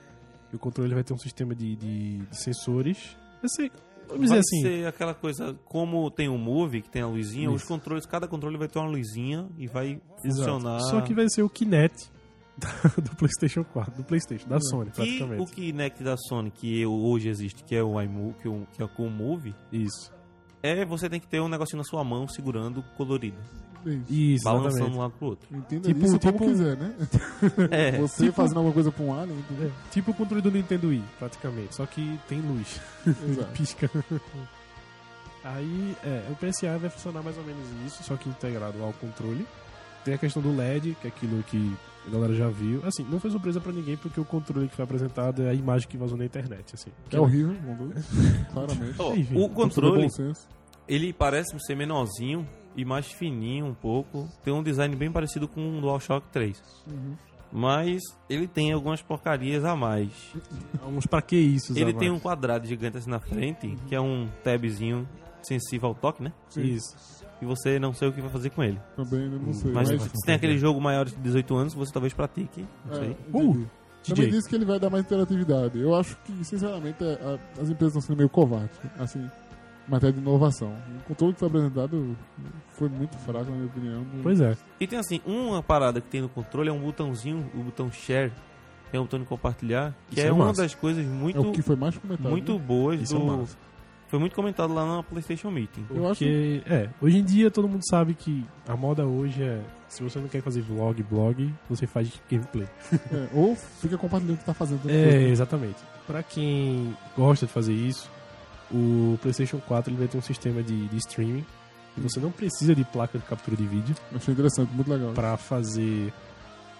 Speaker 3: O controle vai ter um sistema de, de, de sensores. Vai ser. Vamos dizer
Speaker 2: vai
Speaker 3: assim.
Speaker 2: ser aquela coisa, como tem o Move, que tem a luzinha, os
Speaker 3: Isso.
Speaker 2: controles, cada controle vai ter uma luzinha e vai
Speaker 3: Exato.
Speaker 2: funcionar.
Speaker 3: Só que vai ser o Kinect da- do PlayStation 4, do PlayStation,
Speaker 2: Hum.
Speaker 3: da
Speaker 2: E
Speaker 3: Sony,
Speaker 2: o
Speaker 3: praticamente.
Speaker 2: Kinect da Sony, que eu- hoje existe, que é o iMove, que, é o- que é o Move,
Speaker 3: Isso.
Speaker 2: é você tem que ter um negocinho na sua mão segurando colorido,
Speaker 4: É Isso.
Speaker 3: Isso,
Speaker 2: balançando
Speaker 3: exatamente.
Speaker 2: de um lado pro outro.
Speaker 4: Entenda
Speaker 3: Tipo-
Speaker 4: isso
Speaker 3: tipo-
Speaker 2: um
Speaker 4: como quiser, né?
Speaker 2: É,
Speaker 4: Você fazendo alguma coisa pra um alien, entendeu?
Speaker 3: É, tipo o controle do Nintendo Wii, praticamente. Só que tem luz,
Speaker 4: Exato.
Speaker 3: pisca. Aí, é, o PSA vai funcionar mais ou menos isso, só que integrado ao controle. Tem a questão do LED, que é aquilo que a galera já viu. Assim, não foi surpresa pra ninguém, porque o controle que foi apresentado é a imagem que vazou na internet, assim.
Speaker 4: É horrível, mandou. Claramente. é
Speaker 2: Ó,
Speaker 3: Enfim,
Speaker 2: É o controle,
Speaker 4: Bom senso.
Speaker 2: ele parece ser menorzinho e mais fininho um pouco. Tem um design bem parecido com o DualShock 3.
Speaker 4: Uhum.
Speaker 2: Mas ele tem algumas porcarias a mais.
Speaker 3: Uns pra que isso,
Speaker 2: Ele tem um quadrado gigante assim na frente, que é um tabzinho sensível ao toque, né?
Speaker 4: um
Speaker 3: Isso.
Speaker 2: E você não sei o que vai fazer com ele.
Speaker 4: Também, eu não sei.
Speaker 2: Hum, Mas
Speaker 4: mas-
Speaker 2: se tem aquele jogo maior de 18 anos, você talvez pratique. Não
Speaker 4: É,
Speaker 2: sei.
Speaker 4: entendi.
Speaker 3: DJ.
Speaker 4: Também disse que ele vai dar mais interatividade. Eu acho que, sinceramente, é, a- a- as empresas estão sendo meio covardes, assim, em matéria de inovação. O controle que foi apresentado foi muito fraco, na minha opinião. Não-
Speaker 3: Pois é.
Speaker 2: E tem assim, uma parada que tem no controle é um botãozinho, o botão share, que é um botão de compartilhar, que
Speaker 3: Isso
Speaker 2: é,
Speaker 3: é
Speaker 2: uma
Speaker 3: massa.
Speaker 2: das coisas
Speaker 4: É o
Speaker 2: muito,
Speaker 4: que foi mais comentado.
Speaker 2: muito
Speaker 4: né?
Speaker 2: boas
Speaker 3: Tá Isso é
Speaker 2: do.
Speaker 3: massa.
Speaker 2: Foi muito comentado lá na PlayStation Meeting.
Speaker 4: Eu acho
Speaker 3: Porque, é, hoje em dia todo mundo sabe que a moda hoje é. Se você não quer fazer vlog, blog, você faz gameplay.
Speaker 4: é, ou fica compartilhando o que tá fazendo.
Speaker 3: É, exatamente. Pra quem gosta de fazer isso, o PlayStation 4 ele vai ter um sistema de, de streaming. E você não precisa de placa de captura de vídeo
Speaker 4: Achei interessante, muito legal.
Speaker 3: pra fazer.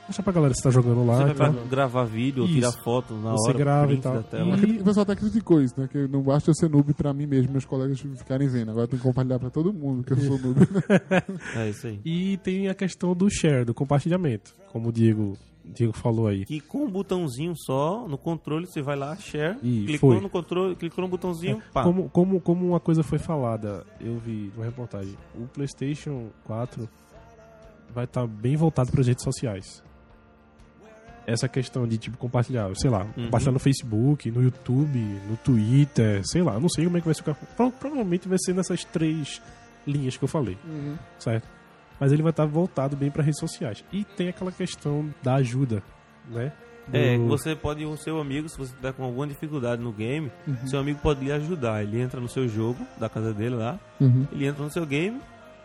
Speaker 3: Mostrar pra galera se tá jogando lá.
Speaker 2: Você
Speaker 3: e
Speaker 2: vai
Speaker 3: tal.
Speaker 2: gravar vídeo, ou
Speaker 3: Isso.
Speaker 2: tirar foto na
Speaker 3: Você
Speaker 2: hora,
Speaker 3: grava então.
Speaker 2: print
Speaker 3: e tal.
Speaker 2: da tela.
Speaker 3: E-
Speaker 4: O pessoal até criticou isso, né? Que não basta eu ser noob pra mim mesmo, meus colegas ficarem vendo. Agora tem que compartilhar pra todo mundo que eu sou noob.
Speaker 2: É isso aí.
Speaker 3: E tem a questão do share, do compartilhamento, como o Diego, Diego falou aí.
Speaker 2: Que com um botãozinho só, no controle, você vai lá, share,
Speaker 3: E
Speaker 2: clicou
Speaker 3: foi. É,
Speaker 2: no controle, clicou no botãozinho, pá.
Speaker 3: Como, como, como uma coisa foi falada, eu vi numa reportagem, o PlayStation 4 vai estar bem voltado para as redes sociais. Essa questão de tipo compartilhar, sei lá,
Speaker 2: Uhum.
Speaker 3: compartilhar no Facebook, no YouTube, no Twitter, sei lá, não sei como é que vai ficar. Pro- Provavelmente vai ser nessas três linhas que eu falei,
Speaker 2: Uhum.
Speaker 3: certo? Mas ele vai estar voltado bem para redes sociais. E tem aquela questão da ajuda, né?
Speaker 2: É,
Speaker 3: Do-
Speaker 2: você pode, o seu amigo, se você tá com alguma dificuldade no game,
Speaker 3: Uhum.
Speaker 2: seu amigo pode lhe ajudar. Ele entra no seu jogo, da casa dele lá,
Speaker 4: Uhum.
Speaker 2: ele entra no seu game,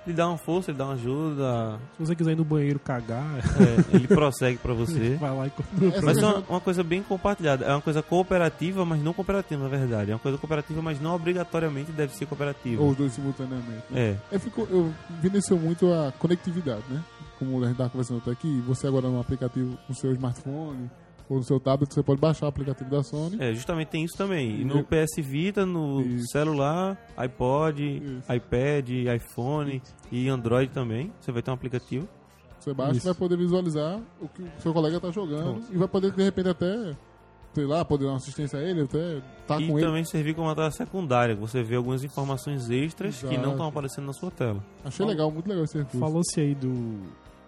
Speaker 2: lhe dá uma força, ele dá uma ajuda,
Speaker 3: Se você quiser ir no banheiro cagar,
Speaker 2: é, ele prossegue pra você.
Speaker 3: vai lá e compra. um
Speaker 2: Mas é
Speaker 4: Essa
Speaker 2: uma, uma coisa bem compartilhada, é uma coisa cooperativa, mas não cooperativa, na verdade. É uma coisa cooperativa, mas não obrigatoriamente deve ser cooperativa.
Speaker 4: Ou os dois simultaneamente. né?
Speaker 2: É,
Speaker 4: Eu, fico, eu evidenciou muito a conectividade, né? Como a gente estava conversando até aqui, você agora no aplicativo, no seu smartphone ou no seu tablet, você pode baixar o aplicativo da Sony.
Speaker 2: é, justamente tem isso também. E no PS Vita, no
Speaker 4: Isso.
Speaker 2: celular, iPod,
Speaker 4: Isso.
Speaker 2: iPad, iPhone e Android também, você vai ter um aplicativo.
Speaker 4: Você baixa
Speaker 3: Isso.
Speaker 4: tá e vai poder visualizar o que o seu colega está jogando e vai poder, de repente, até pra ele lá, poder dar uma assistência a ele, até tá
Speaker 2: e
Speaker 4: com ele.
Speaker 2: também servir como matéria secundária, que você vê algumas informações extras que não
Speaker 4: Exato.
Speaker 2: estão aparecendo na sua tela.
Speaker 4: Achei legal, muito legal esse recurso.
Speaker 3: Falou-se aí do,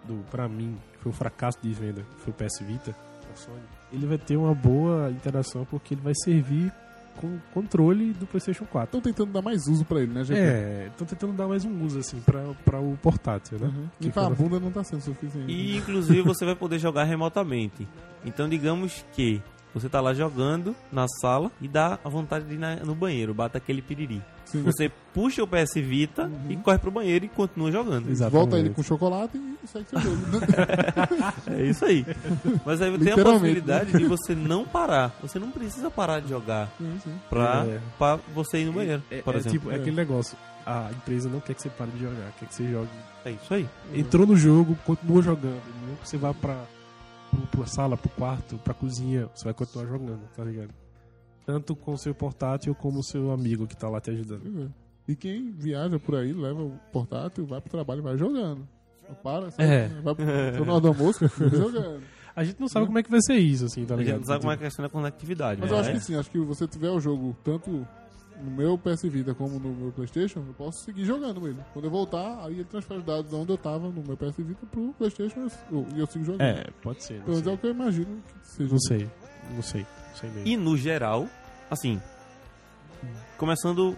Speaker 3: do, pra mim, que foi o fracasso de venda, que foi o PS Vita, da Sony. Ele vai ter uma boa interação porque ele vai servir com o controle do PlayStation 4.
Speaker 4: Estão tentando dar mais uso pra ele, né, GP?
Speaker 3: É, estão tentando dar mais um uso, assim, pra, pra o portátil, né?
Speaker 4: Uhum.
Speaker 3: Que
Speaker 4: E pra
Speaker 3: quando-
Speaker 4: bunda não tá sendo suficiente.
Speaker 2: E inclusive você vai poder jogar remotamente. Então digamos que você tá lá jogando na sala e dá a vontade de ir na- no banheiro, bata aquele piriri.
Speaker 4: Sim.
Speaker 2: Você puxa o PS Vita
Speaker 3: Uhum.
Speaker 2: e corre pro banheiro e continua jogando.
Speaker 4: né? Volta ele com chocolate e segue seu jogo. né?
Speaker 2: É isso aí. Mas aí
Speaker 3: né?
Speaker 2: tem a
Speaker 4: Literalmente,
Speaker 2: possibilidade de você não parar. Você não precisa parar de jogar
Speaker 4: sim, sim.
Speaker 2: pra,
Speaker 3: É.
Speaker 2: pra você ir no banheiro,
Speaker 3: É,
Speaker 2: por
Speaker 3: é
Speaker 2: exemplo.
Speaker 3: tipo, é aquele negócio. A empresa não quer que você pare de jogar, quer que você jogue.
Speaker 2: É isso aí.
Speaker 3: Entrou no jogo, continua jogando. Não que você vá pra, pro- pra sala, pro quarto, pra cozinha, você vai continuar jogando, tá ligado? Tanto com o seu portátil como o seu amigo que tá lá te ajudando.
Speaker 4: Pois é. E quem viaja por aí, leva o portátil, vai pro trabalho e vai jogando. Não Para, sabe?
Speaker 3: É.
Speaker 4: Vai pro pro na hora do almoço, vai jogando.
Speaker 3: A gente não sabe como é que vai ser isso, assim, tá
Speaker 2: A gente
Speaker 3: ligado?
Speaker 2: não sabe como é a questão da conectividade.
Speaker 4: Mas
Speaker 2: né?
Speaker 4: eu acho que sim, acho que você tiver o jogo tanto no meu PS Vita como no meu Playstation, eu posso seguir jogando ele. Quando eu voltar, aí ele transfere os dados de onde eu tava no meu PS Vita pro Playstation e eu, e eu sigo jogando.
Speaker 3: É, pode ser. Não
Speaker 4: Pelo menos é
Speaker 3: sei.
Speaker 4: o que eu imagino que seja.
Speaker 3: Não sei, não sei, não sei mesmo.
Speaker 2: E no geral, assim, começando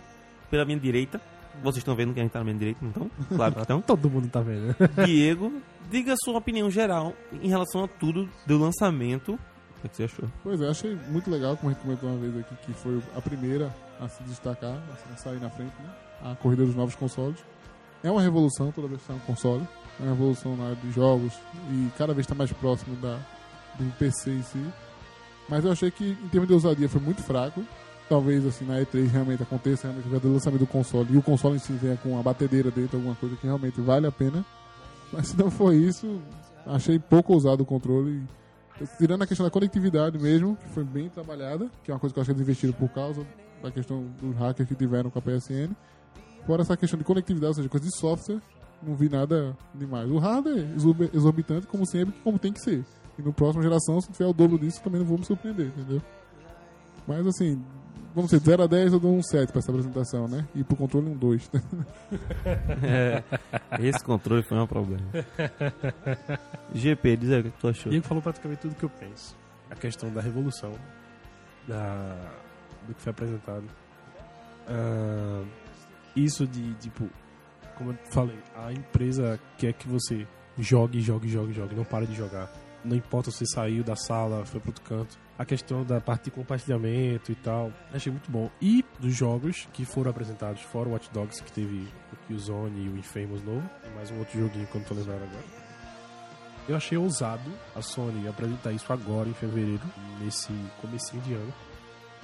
Speaker 2: pela minha direita, vocês estão vendo que a gente tá na minha direita, não estão? Claro que estão.
Speaker 3: Todo mundo tá vendo, né?
Speaker 2: Diego, diga a sua opinião geral em relação a tudo do lançamento. O que, é que você achou?
Speaker 4: Pois é, achei muito legal, como a gente comentou uma vez aqui, que foi a primeira a se destacar, a sair na frente, né? A corrida dos novos consoles. É uma revolução toda vez que sai um console. É uma revolução na área de jogos e cada vez está mais próximo da, do PC em si. Mas eu achei que, em termos de ousadia, foi muito fraco. Talvez, assim, na E3 realmente aconteça realmente o verdadeiro lançamento do console e o console em si venha com uma batedeira dentro, alguma coisa que realmente vale a pena. Mas se não for isso, achei pouco ousado o controle e Tirando a questão da conectividade mesmo, que foi bem trabalhada, que é uma coisa que eu acho que eles investiram por causa da questão dos hackers que tiveram com a PSN. Fora essa questão de conectividade, ou seja, coisa de software, não vi nada demais. O hardware é exorbi- exorbitante, como sempre, como tem que ser. E no próximo geração, se tiver o dobro disso, também não vou me surpreender, entendeu? Mas assim, vamos dizer, de 0 a 10 eu dou um 7 pra essa apresentação, né? E pro controle um 2.
Speaker 2: Esse controle foi um problema. GP, diz aí o que que tu achou.
Speaker 3: Diego falou praticamente tudo que eu penso. A questão da revolução, da, do que foi apresentado. Ah, isso de, tipo, como eu falei, a empresa quer que você jogue, jogue, jogue, jogue, não para de jogar. Não importa se você saiu da sala, foi para outro canto. A questão da parte de compartilhamento e tal, achei muito bom. E dos jogos que foram apresentados, fora o Watch Dogs, que teve o Killzone e o Infamous novo, e mais um outro joguinho que eu não tô lembrando agora. Eu achei ousado a Sony apresentar isso agora em fevereiro, nesse comecinho de ano,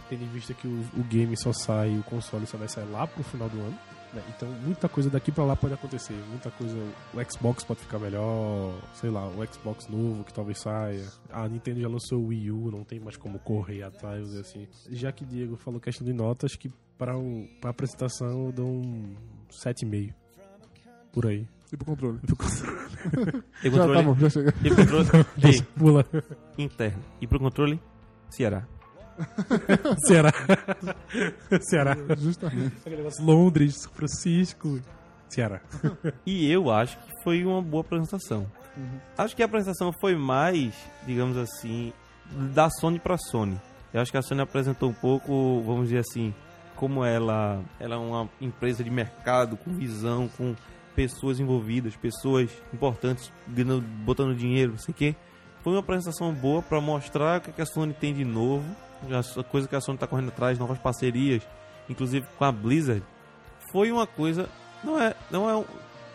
Speaker 3: tendo em vista que o, o game só sai, o console só vai sair lá pro final do ano. né? Então muita coisa daqui pra lá pode acontecer, muita coisa. O Xbox pode ficar melhor, sei lá, o Xbox novo que talvez saia. A Nintendo já lançou o Wii U, não tem mais como correr atrás assim. Já que Diego falou questão de notas, que para o pra apresentação eu dou um 7,5 por aí.
Speaker 4: e pro controle.
Speaker 2: E
Speaker 4: Já tá
Speaker 2: controle,
Speaker 4: bom, já chega.
Speaker 2: e controle
Speaker 3: Você Pula.
Speaker 2: interno. E pro controle, Ceará.
Speaker 3: Ceará. Ceará.
Speaker 4: Justamente.
Speaker 3: Londres, São Francisco. Ceará.
Speaker 2: E eu acho que foi uma boa apresentação. Acho que a apresentação foi mais, digamos assim, da Sony pra Sony. Eu acho que a Sony apresentou um pouco, vamos dizer assim, como ela, ela é uma empresa de mercado, com visão, com pessoas envolvidas, pessoas importantes, ganhando- botando dinheiro, não sei o quê. Foi uma apresentação boa pra mostrar o que que a Sony tem de novo, a coisa que a Sony tá correndo atrás, novas parcerias, inclusive com a Blizzard. Foi uma coisa, não é, não é, um-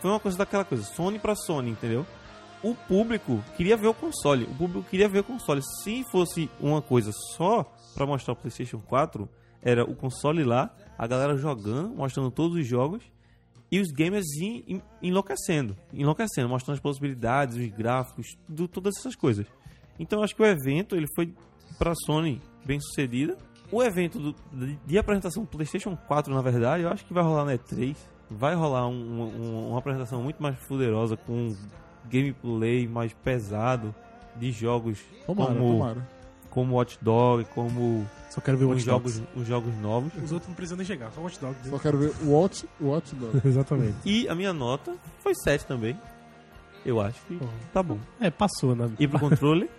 Speaker 2: foi uma coisa daquela coisa, Sony pra Sony, entendeu? o público queria ver o console. O público queria ver o console. Se fosse uma coisa só pra mostrar o PlayStation 4, era o console lá, a galera jogando, mostrando todos os jogos e os gamers en- en- enlouquecendo, enlouquecendo, mostrando as possibilidades, os gráficos, tudo, todas essas coisas. Então eu acho que o evento ele foi pra Sony bem sucedida. O evento do- de- de apresentação do PlayStation 4, na verdade, eu acho que vai rolar na E3. Vai rolar um- um- uma apresentação muito mais fuderosa com gameplay mais pesado de jogos
Speaker 4: Tomara,
Speaker 2: como
Speaker 4: tomara.
Speaker 2: como Hot Dog, como
Speaker 3: Só quero ver o
Speaker 2: os
Speaker 3: Watch Dogs.
Speaker 2: jogos, os jogos novos.
Speaker 3: Os outros não precisam nem chegar, só Watch Dogs.
Speaker 4: Só quero ver o Watch, Watch Dogs.
Speaker 3: Exatamente.
Speaker 2: E a minha nota foi 7 também. Eu acho que
Speaker 3: Porra.
Speaker 2: tá bom.
Speaker 3: É, passou, né?
Speaker 2: E pro controle?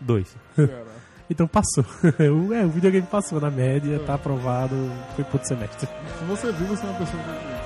Speaker 2: 2.
Speaker 4: Cara,
Speaker 3: Então passou. O- é, o videogame passou na média, tá aprovado, foi pro outro semestre.
Speaker 4: se você viu, você é uma pessoa que...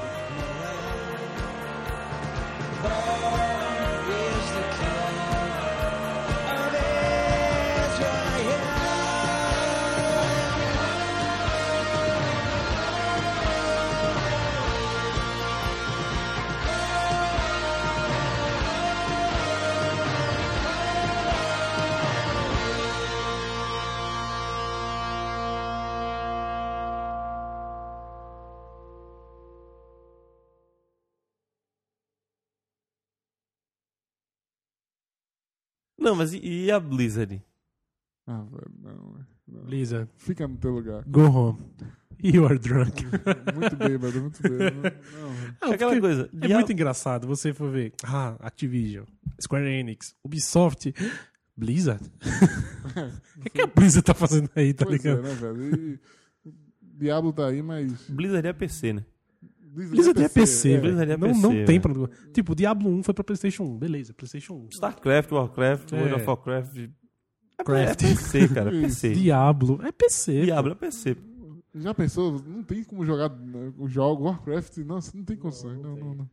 Speaker 2: Não, mas e, e a Blizzard?
Speaker 4: Ah, velho, não.
Speaker 3: né?
Speaker 4: velho, não.
Speaker 3: Lisa, É,
Speaker 4: Fica no teu lugar.
Speaker 3: go home. You are drunk.
Speaker 4: Muito bem, velho, muito bem. Não, não, velho.
Speaker 2: É aquela
Speaker 3: porque
Speaker 2: coisa.
Speaker 3: É
Speaker 2: Dia-
Speaker 3: muito engraçado você for ver. Ah, Activision, Square Enix, Ubisoft, Blizzard. O que, que a Blizzard tá fazendo aí, tá
Speaker 4: Pois é,
Speaker 3: ligado?
Speaker 4: né, velho? E... Diablo tá aí, mas.
Speaker 2: Blizzard é PC, né?
Speaker 3: Blizzard é PC,
Speaker 4: é.
Speaker 3: velho.
Speaker 2: Blizzard é
Speaker 3: não,
Speaker 2: PC,
Speaker 3: não tem
Speaker 2: velho.
Speaker 3: problema. Tipo, Diablo 1 foi pra PlayStation 1, beleza, PlayStation 1.
Speaker 2: StarCraft, Warcraft, World
Speaker 3: É.
Speaker 2: of Warcraft. É,
Speaker 3: Craft.
Speaker 2: é PC, cara. é PC.
Speaker 3: Diablo é PC.
Speaker 2: Diablo é PC.
Speaker 4: Já pensou? Não tem como jogar né, o jogo Warcraft? Nossa, não tem condições. Não, não, não.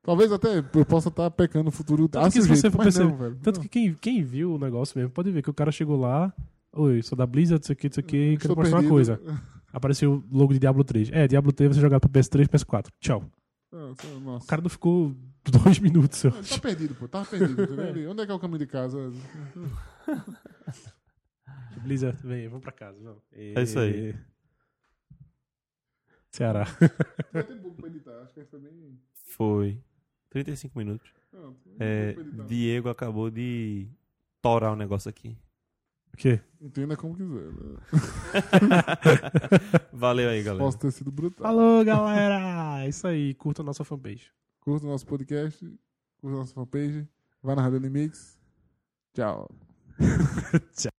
Speaker 4: Talvez até eu possa estar pecando no futuro.
Speaker 3: Tanto
Speaker 4: Ah,
Speaker 3: que se
Speaker 4: sujeito,
Speaker 3: você for
Speaker 4: mas
Speaker 3: perceber,
Speaker 4: não, velho.
Speaker 3: tanto
Speaker 4: Não,
Speaker 3: que quem, quem viu o negócio mesmo, pode ver que o cara chegou lá, oi, sou da Blizzard, isso aqui, isso aqui, quero
Speaker 4: estou
Speaker 3: mostrar uma
Speaker 4: perdido.
Speaker 3: coisa. Apareceu o logo de Diablo 3. É, Diablo 3 você jogar pra PS3, PS4. Tchau.
Speaker 4: Nossa,
Speaker 3: O
Speaker 4: nossa.
Speaker 3: cara não ficou dois minutos, eu
Speaker 4: Ele Tá
Speaker 3: acho.
Speaker 4: perdido, pô. Tá perdido, entendeu? Ele, Onde é que é o caminho de casa?
Speaker 3: Blizzard, vem, vamos pra casa, vamos.
Speaker 2: É isso aí.
Speaker 3: Ceará.
Speaker 4: Vai ter pouco pra editar. Acho que essa é bem.
Speaker 2: Foi. 35 minutos.
Speaker 4: Não, tem pouco
Speaker 2: É,
Speaker 4: pra editar.
Speaker 2: Diego acabou de torar o negócio aqui.
Speaker 3: O quê?
Speaker 4: Entenda como quiser. né?
Speaker 2: Valeu aí, galera.
Speaker 4: Posso ter sido brutal.
Speaker 3: Falou, galera! É isso aí, curta a nossa fanpage.
Speaker 4: Curta o nosso podcast, curta a nossa fanpage, vai na Rádio Mix. Tchau.
Speaker 3: Tchau.